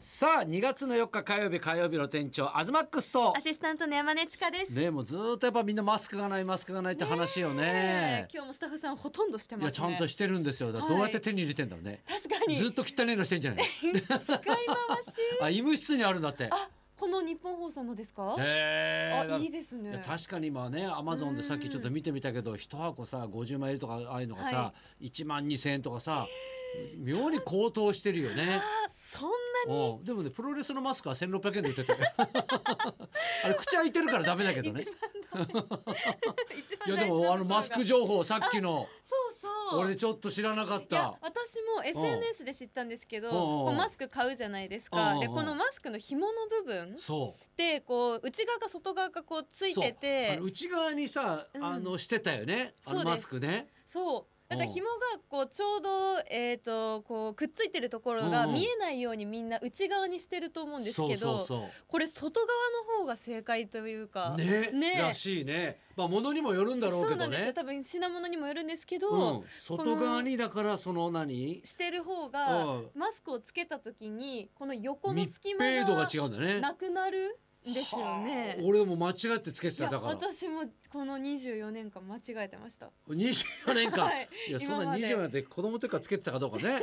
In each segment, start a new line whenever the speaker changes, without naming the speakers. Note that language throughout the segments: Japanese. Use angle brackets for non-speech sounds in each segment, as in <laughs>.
さあ2月の4日火曜日火曜日の店長アズマックスと
アシスタントの山根千佳です。
ねえもうずーっとやっぱみんなマスクがないマスクがないって話よね
え今日もスタッフさんほとんどして
い
ます
や
ね。
ちゃんとしてるんですよだから
は
ど
いう
やって手に入れてんだろうね、
確かに
ずっと汚いのしてんじゃ
<laughs>
ない <laughs>
使い回し。
あ医務室にあるんだって
あ、この日本放送のですか？
へえ
あ、いいですね。
いや確かに今ねアマゾンでさっきちょっと見てみたけど一箱さ50万円とかああいうのがさ、
は
1万2,000円とかさ妙に高騰してるよね。
あ、そんな
おでもねプロレスのマスクは1,600円で売ってた <laughs> よあれ口開いてるからダメだけどね
一。番
<laughs>
の一番
いやで
<laughs> 大事なところ
も
が
あのマスク情報さっきの
そうそう。
俺ちょっと知らなかっ
いや
た。
私も SNS で知ったんですけど
うんうんうん
こうマスク買うじゃないです
うんうんう
か
ん
でこのマスクの紐の部分
そう。
でこう内側か外側かこうつい
そう
てて
あの内側にさ、
うん
あのしてたよねあの
そうです
マスクね。
そう。だから
うん
紐がこうちょうどえっ、とこうくっついてるところ
う
が
んうん
見えないようにみんな内側にしてると思うんです
そ
けど、
うそうそう
これ外側の方が正解というか
ね
ね
らしいね。まあ物にもよるんだろう
そ
け
うな
ど
んですよ
ね。
多分品物にもよるんですけ
う
ど、
ん、外側にだからその何
してる方が
うん
マスクをつけた時にこの横の
密
隙間
閉度が違
が
うんだね。
なくなるんですよね。
俺も間違ってつけて
い
た
や
よだから。
私もこの24年間間違えてました。
24年間、
はいい、
やそん
今
な
まで
24年って子供の時からつけてたかどうかね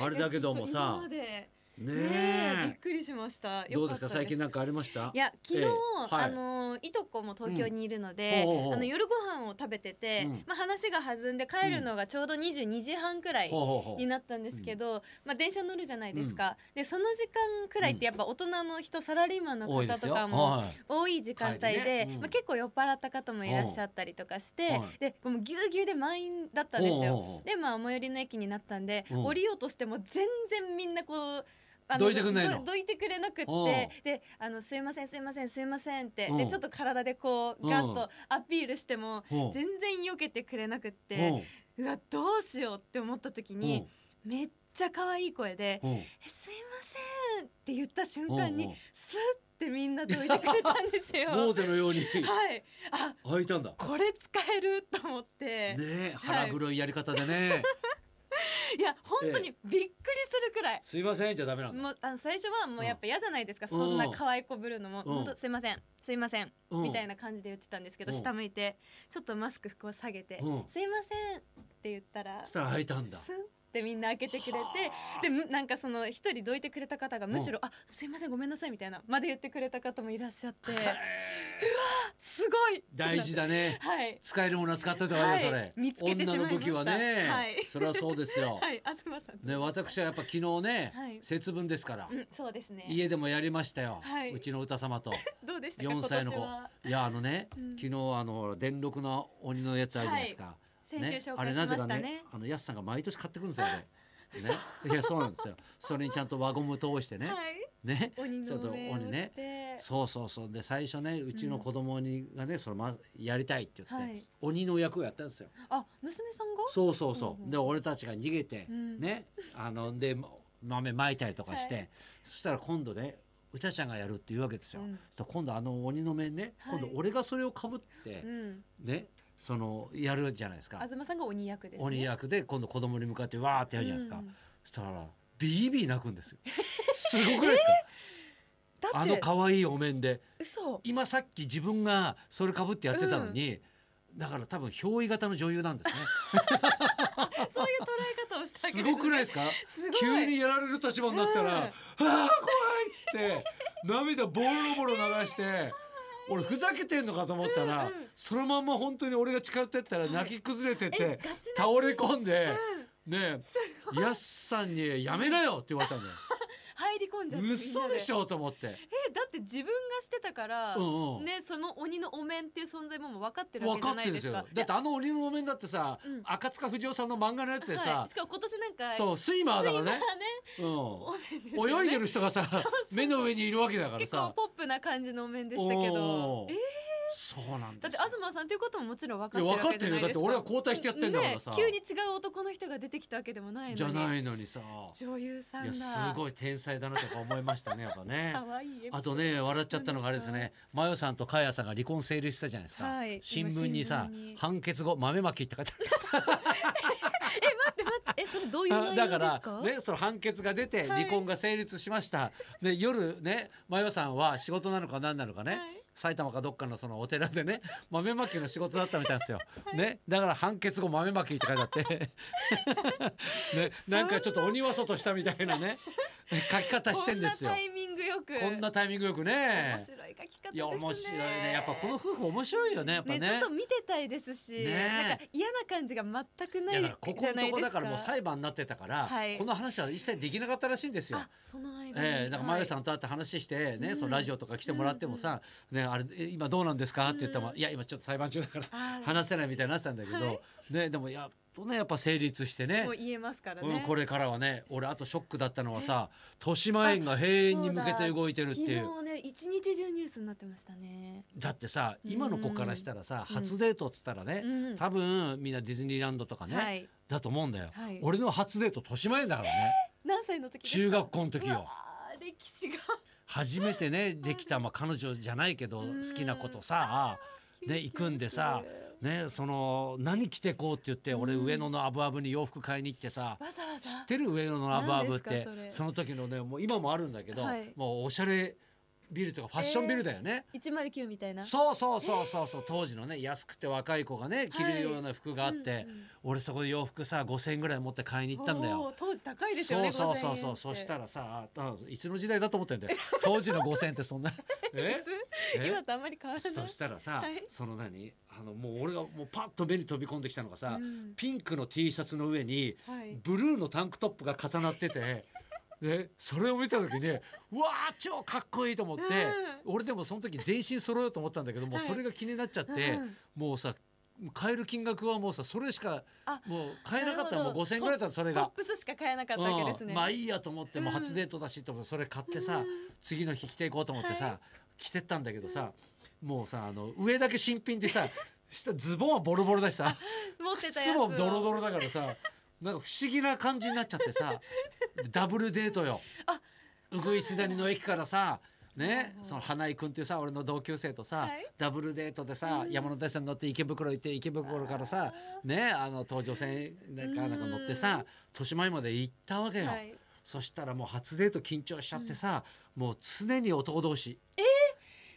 あれだけども
今
さ
ま
ね
で <laughs> ねえび
え
っくりしました。
ど
よ
うで
かっ
す
た
か最近なんかありました
いや昨日、
ええはい
あのいとこも東京にいるので、
うんおうおうおう
あの夜ご飯を食べてて、
うん
まあ、話が弾んで帰るのがちょうど22時半くらい
ほうほうほう
になったんですけど、まあ、電車乗るじゃないですか、でその時間くらいってやっぱ大人の人、サラリーマンの
多いで
方
す
と
よ
かも
はい
多い時間帯で、
帰りねうん
まあ、結構酔っ払った方もいらっしゃったりとかして、
はい
でもうぎゅうぎゅうで満員だったんです
おうおうお
よ
う。
でまあ最寄りの駅になったんで、
うん
降りようとしても全然みんなこう。あの
どいてくんないの
どどいてくれなくっ
おう
てであの「すいませんすいませんすいません」って
う
で
ん
ちょっと体でこうガッとアピールしても
うん
全然避けてくれなくっ
うん
てうわどうしようって思った時にめっちゃ可愛い声で
うんうん
「えすいません」って言った瞬間
うんうん
にスッてみんなどいてくれたんですよ。
モーゼの
<laughs>
ように
はい、あ
開いたんだ
これ使えると思って、
ねえ腹黒いやり方でね
いや本当にびっくりするくらい
すいませんじゃダメなんだ
もうあの最初はもうやっぱ嫌じゃないですか、
うん
そんな可愛い子ぶるのも、
うん
ほんとすいませんすいません、
うん
みたいな感じで言ってたんですけど、
うん
下向いてちょっとマスクこう下げて、
うん
すいませんって言ったら
そし
ス
たら開いたんだ
ンってみんな開けてくれてでむなんかその一人どいてくれた方がむしろ「あすいませんごめんなさい」みたいなまで言ってくれた方もいらっしゃってうわすごい
大事
だ
だね
はい
使えるものは使ってたわよそれ、
はい見つけてしまいまし
女
た
の武器はね、
はい
それはそうですよ、
はい東さん
ね私はやっぱ昨日ね、
はい
節分ですから、
うんそうですね
家でもやりましたよ、
はいう
ちの歌
<laughs>
様と
どうでしたか
4
今
歳の
年
子
はい
やあのね、
ん
昨日あの電力の鬼のやつあるじゃないですか、
はい先週
ね、
紹介
あれなぜか
しました
ね
ね
あのやすさんが毎年買ってくるんですよあれ。ね、いやそうなんですよそれにちゃんと輪ゴム通してね、
はい
ね
鬼
ちょ
の
っと
上を
鬼
し
ね
て
そうそうそうで最初ねうちの子供にがね、そのまやりたいって言って、
はい
鬼の役をやったんですよ。
あ娘さんが
そうそうそう、
うんうん
で俺たちが逃げて、
ん
ねあのでま豆まいたりとかして、
は
そしたら今度ね歌ちゃんがやるっていうわけですよ、
うん
そしたら今度あの鬼の面ね、
はい
今度俺がそれをかぶって、
うん
ねそのやるじゃないですか
東さんが鬼役ですね
鬼役で今度子供に向かってわーってやるじゃないですか、
うん
そしたらビービー泣くんですよすごくない
<laughs>
ですか、
だって
あの可愛いお面で
嘘
今さっき自分がそれかぶってやってたのに、だから多分憑依型の女優なんですね
そういう捉え方をしたわけ
す
<laughs> ですね
ごくないですか
すごい
急にやられる立場になったら「
うん
ああ怖い」っつって涙ボロボロ流して。
<laughs>
俺ふざけてんのかと思ったら、
うんうん
そのまんま本当に俺が近寄ってったら泣き崩れてて、
えガチ泣き
倒れ込んで、ねえやっさんに「やめなよ」って言われたんだよ
入り込 <laughs> んじゃってみんな
嘘でしょと思って
えだって自分がしてたから
うんうん
ねその鬼のお面っていう存在ももう分かってるわ
分
けじ
か
ゃ
っ
な
てるんで
いですす
よ
か
だってあの鬼のお面だってさ、
うん
赤塚不二夫さんの漫画のやつでさ、
はいしかも今年なんか
そうスイマーだからね
スイマーね
う
よ
ん、
ね
泳い
<laughs>
でる人がさ目の上にいるわけだから
結
さ
構ポップな感じのお面でしたけ
お
ど
ー
え
そうなん
だ
で
っ
す
て
よ
東さんということももちろん分かっ
い
てる
や
わ
分かっ
けじ
て
ゃ
る
な
よだっ
いです
て
か
俺は交代してやってんだからさ、
ね急に違う男の人が出てきたわけでもないのに
じゃないのにさ
女優さ
い
ん
や
だ
すごい天才だなとか思いましたねやっぱね
可愛いエピソード
あとね笑っちゃったのがあれですねマヨさんとカヤさんが離婚成立したじゃないですか、
はい
新聞にさ
今新聞に
判決後豆まきって書いて
<laughs>
ある
え待ってえそれどういう内容
あ
で
だ
すか
からねその判決が出て
はい
離婚が成立しました、で夜ねマヨさんは仕事なのか何なのかね、
はい
埼玉かどっかのそのお寺でね豆まきの仕事だったみたいなんですよ、ねだから判決後豆まきって書いてあって
<laughs>
ねなんかちょっと鬼は外したみたいなね書き方してんですよ
こんなタイミングよく
こんなタイミングよくね
面白い書き方ですね
いや面白いねやっぱこの夫婦面白いよねやっぱね
ねずっと見てたいですし、
ね
なんか嫌な感じが全くないい
やだ
じゃ
からここの
な
と
い
こ
で
だ
す
か
から
もう裁判になってたから、
はい
この話は一切できなかったらしいんですよ。
あその間に
ええだから
は
マ
い
ヨさんと会って話してね、
うん
そのラジオとか来てもらってもさ、ねあれえ今どうなんですかって言ったら、
うん
いや今ちょっと裁判中だから
あー
話せないみたいになってたんだけど、
はい
ねでもやっとねやっぱ成立してね
もう。言えますからね、
うん、これからはね俺あとショックだったのはさ豊島園が閉園に向けて動いてるっていう
昨日ね一日中ニュースになってましたね
だってさ今の子からしたらさ、
うん
初デートっつったらね、
うん
多分みんなディズニーランドとかね、
はい
だと思うんだよ、
はい
俺の初デート豊島園だからね
何歳の時 <laughs> ですか
中学校の時
う
よ
わー歴史が
初めてねできた、まあ、彼女じゃないけど
うん
好きな子とさね行くんでさねその何着てこうって言って俺
うん
上野のアブアブに洋服買いに行ってさ
わざわ
知
ざ
ってる上野のアブアブっ
何で
て
すかそれ
その時のねもう今もあるんだけど
はい
もうおしゃれビルとかファッションビルだよね。
109みたいな
そうそうそうそうそう当時のね安くて若い子がね着るような服があって、
はいうんうん
俺そこで洋服さ5,000円ぐらい持って買いに行ったんだよ
お。ー当時高いですよね
そうそうそうそうそした
ら
らさあいつの時代だと思ってん
<laughs>
だよ当時の5,000円ってそんなええ
今とあんまり変わらな
そ
い
したらさ、
はい
その何あのもう俺がもうパッと目に飛び込んできたのがさ、
うん
ピンクの T シャツの上に
はい
ブルーのタンクトップが重なって
<laughs>
て。でそれを見た時にうわー超かっこいいと思って、俺でもその時全身揃えようと思ったんだけどもう
はい
それが気になっちゃって、
うん
もうさ買える金額はもうさそれしか
あ
もう買えなかったらもう
なるほど
5,000円ぐらいだったそれ
トッ
が。
プスしか買えなかったわけです
うん
ね
まあいいやと思ってもう
うん
初デートだしと思ってそれ買ってさ、
うん
次の日着ていこうと思ってさ、
はい
着てったんだけどさ、もうさあの上だけ新品でさ下ズボンはボロボロだしさ
持ってたや
靴
つを
もドロドロだからさなんか不思議な感じになっちゃってさダブルデートよ。うぐいすだにの駅からさね、その花井君っていうさ俺の同級生とさ、
はい
ダブルデートでさ、山手線乗って池袋行って池袋からさねあの東上線なんかなんか乗ってさ豊島園まで行ったわけよ、
はい
そしたらもう初デート緊張しちゃってさ、もう常に男同士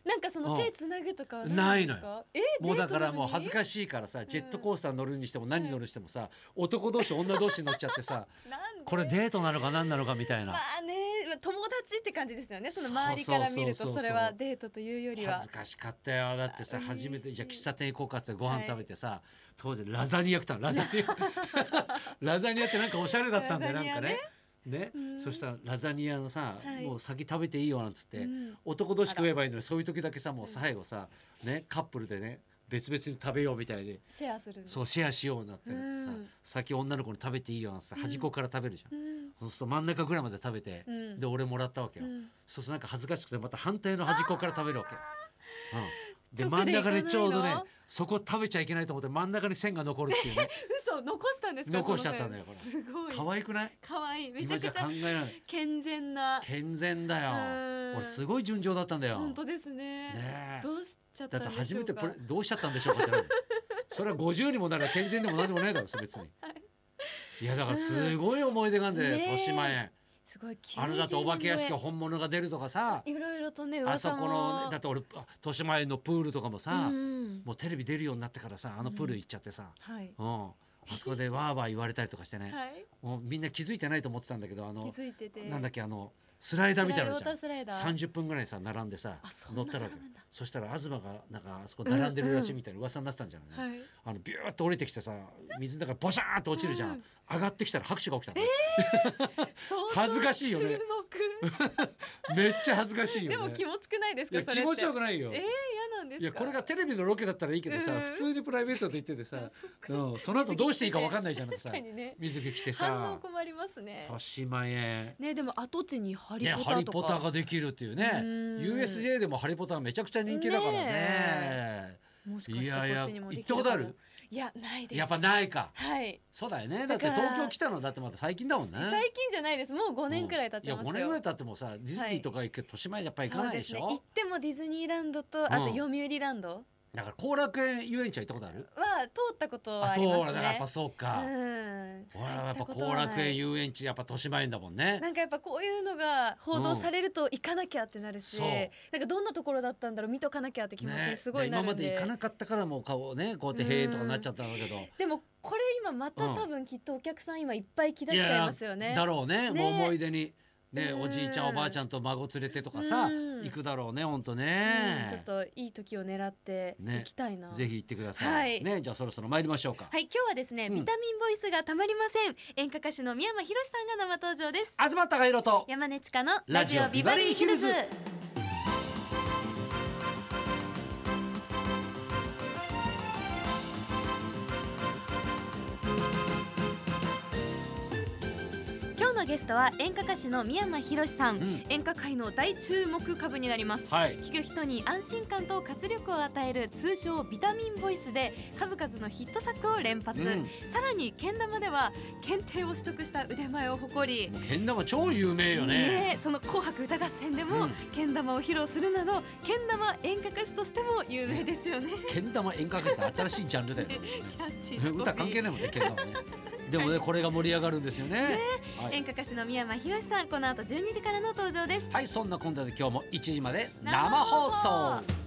なんかその
うん
手つなぐとかはんです
ない
かえ
もうだからもう恥ず
し
かしいからさジェットコースター乗るにしても何乗るにしてもさ、男同士女同士乗っちゃってさ
いなんで
これデートなのか何なのかみたいな
まあねまあ友達って感じですよねその
そう
周りから見る
そうそうそう
と
そう
それはデートというより
恥
は
ずかしかったよだってさ
あ
初めて
嬉しい
じゃあ喫茶店行こうかってご
は
飯
い
食べてさ、当時ラザニア食ったのラザニ
<laughs>
アラザニアってなんかおしゃれだったんだよ
ラ
なん
ザニ
かね
アね。
ね
うん
そしたらラザニアのさ、
はい
もう先食べていいよなんつって、
うん
男同士食えばいいのにそういう時だけさもう最後さ、ねカップルでね別々に食べようみたいに
シェアするんです
そうシェアしようになってなってさ、
うん
先女の子に食べていいよなんつって端っこから食べるじゃん、
うん
そうすると真ん中ぐらいまで食べて、
うん
で俺もらったわけよ、
うん
そうするとなんか恥ずかしくてまた反対の端っこから食べるわけ、うん、で
直
真ん
で行か
中
ない
で
の
ちょうどねそこ食べちゃいけないと思って真ん中に線が残るっていう
<laughs>
ね
嘘残したんですか
残しちゃった
その
んだよこれ
すごい
可愛くない
可愛いめち
今
ゃ
じ
く
ゃ
ち
考
ゃ
えられない
健全な
健全だ
う
よ
ん
俺すごい順調だったんだよ
本当ですね
ねえ
どうしちゃった
だ
ん
っ
で
て初
しょうか
めてプレどうしちゃったんでしょうかっ
<laughs>
てなるそれは50にもなら健全でも何でもないだろそれ別に、い、やだからすごい思い出があるんだよ、
ねえ
豊島園
すごい90
あれだってお化け屋敷
年
本物が出るとかさ
超えいろいろとね
あ
噂
そ
も
この、ね、だって俺あ豊島園のプールとかもさ、
うん
もうテレビ出るようになってからさあのプール行っちゃってさ、
はい
うんあそこでわーわー言われたりとかしてね、
はい
もうみんな気づいてないと思ってたんだけどあ
気
の
づいてて
なんだっけあのスライダーみたいなのあるじゃん
スライダーウォータースライ
30分ぐらいさ並んでさ
あそん
乗
な
ったら
並ぶんだ
そしたら東がなんかあそこ並んでるらしいみたいな噂になってたんじゃない、
はい
あのビューッと降りてきてさ水の中にボシャーンと落ちるじゃん、
うん
上がってきたら拍手が起きたの、
相当
恥ずかしいよね
注目
めっちゃ恥ずかしいよね
でも気持ちくないです
いや
かそれ
気持ちよく
な
な
い
いよ、
えーなんです
い
か
やこれがテレビのロケだったらいいけどさ、
うん
普通にプライベートで行ってて
あ
さ、
<laughs> そっか
うん、その後どうしていいか分かんないじゃんだってさ
確かにね
水着着て
反応
さ
困りますね
豊島園
ねでも跡地にハリ
ね、
ポ
ハリ
タと
ポ
か
タができるっていうね
うん
USJ でもハリポタめちゃくちゃ人気だからね
ねもしかし
いや
た
いや
らこっちにもでき
行ったことある
かもいやないです
やっぱないか
はい
そうだよねだって
だから
東京来たのだってまた最近だもんね
最近じゃないですもう5年くらい経ってま
う
すよ、
んや5年ぐらい経ってもさディズニーとか行くけど豊島園やっぱ行かないでしょ
そうすね行ってもディズニーランドと、あと読売ランド
だから後楽園遊園地は行ったことある
は通ったことはあ
そう
りますね
だからやっぱそうか、
うん
俺はやっぱ
行ったこと
後
はない
楽園遊園地やっぱ豊島園だもんね
なんかやっぱこういうのが報道されると行かなきゃってなるし、
そう
なんかどんなところだったんだろう見とかなきゃって気持ち
ね
にすごいなるんで,、
今まで行かなかったからもう顔ねこうやって「へえ」とかなっちゃったんだけど。
でもこれ今また
うん
多分きっとお客さん今いっぱい来だしちゃいますよね。
だろうね
ね
もう思い出にね
うん
おじいちゃんおばあちゃんと孫連れてとかさ
うん
行くだろうねほんと
うんちょっ
ね
といい時を狙って
ね
行きたいな。
ぜひ行ってください、
はい
ねじゃあそろそろ参りましょうか、
はい今日はですね、
うん
ビタミンボイスがたまりません演歌歌手の宮間博さんが生登場です
東貴弘と
山根千佳の
ラ
ラ
ジ
ジ
オ
オ
ビ
ビ
バ
バ
リ
リ
ー
ー
ヒ
ヒ
ル
ル
ズ
ズ今日のゲストは演歌歌手の宮間博さん、
うん
演歌界の大注目株になります、
はい
聞く人に安心感と活力を与える通称ビタミンボイスで数々のヒット作を連発、
うん
さらにけん玉では検定を取得した腕前を誇り
もうけん玉超有名よね
ねえその「紅白歌合戦」で
う
も
ん
けん玉を披露するなどけん玉演歌歌手としても有名ですよね。
けん玉演歌歌手って新しいジャンルだ
<laughs>
よね
キャッチーな語尾
歌関係ないもんねけん玉
<laughs>
ねでもねこれが盛り上がるんですよねは
演
い、
歌歌手の宮間博さんこの後12時からの登場です。
はい、そんな今度で今日も1時まで生
生
放
放
送
送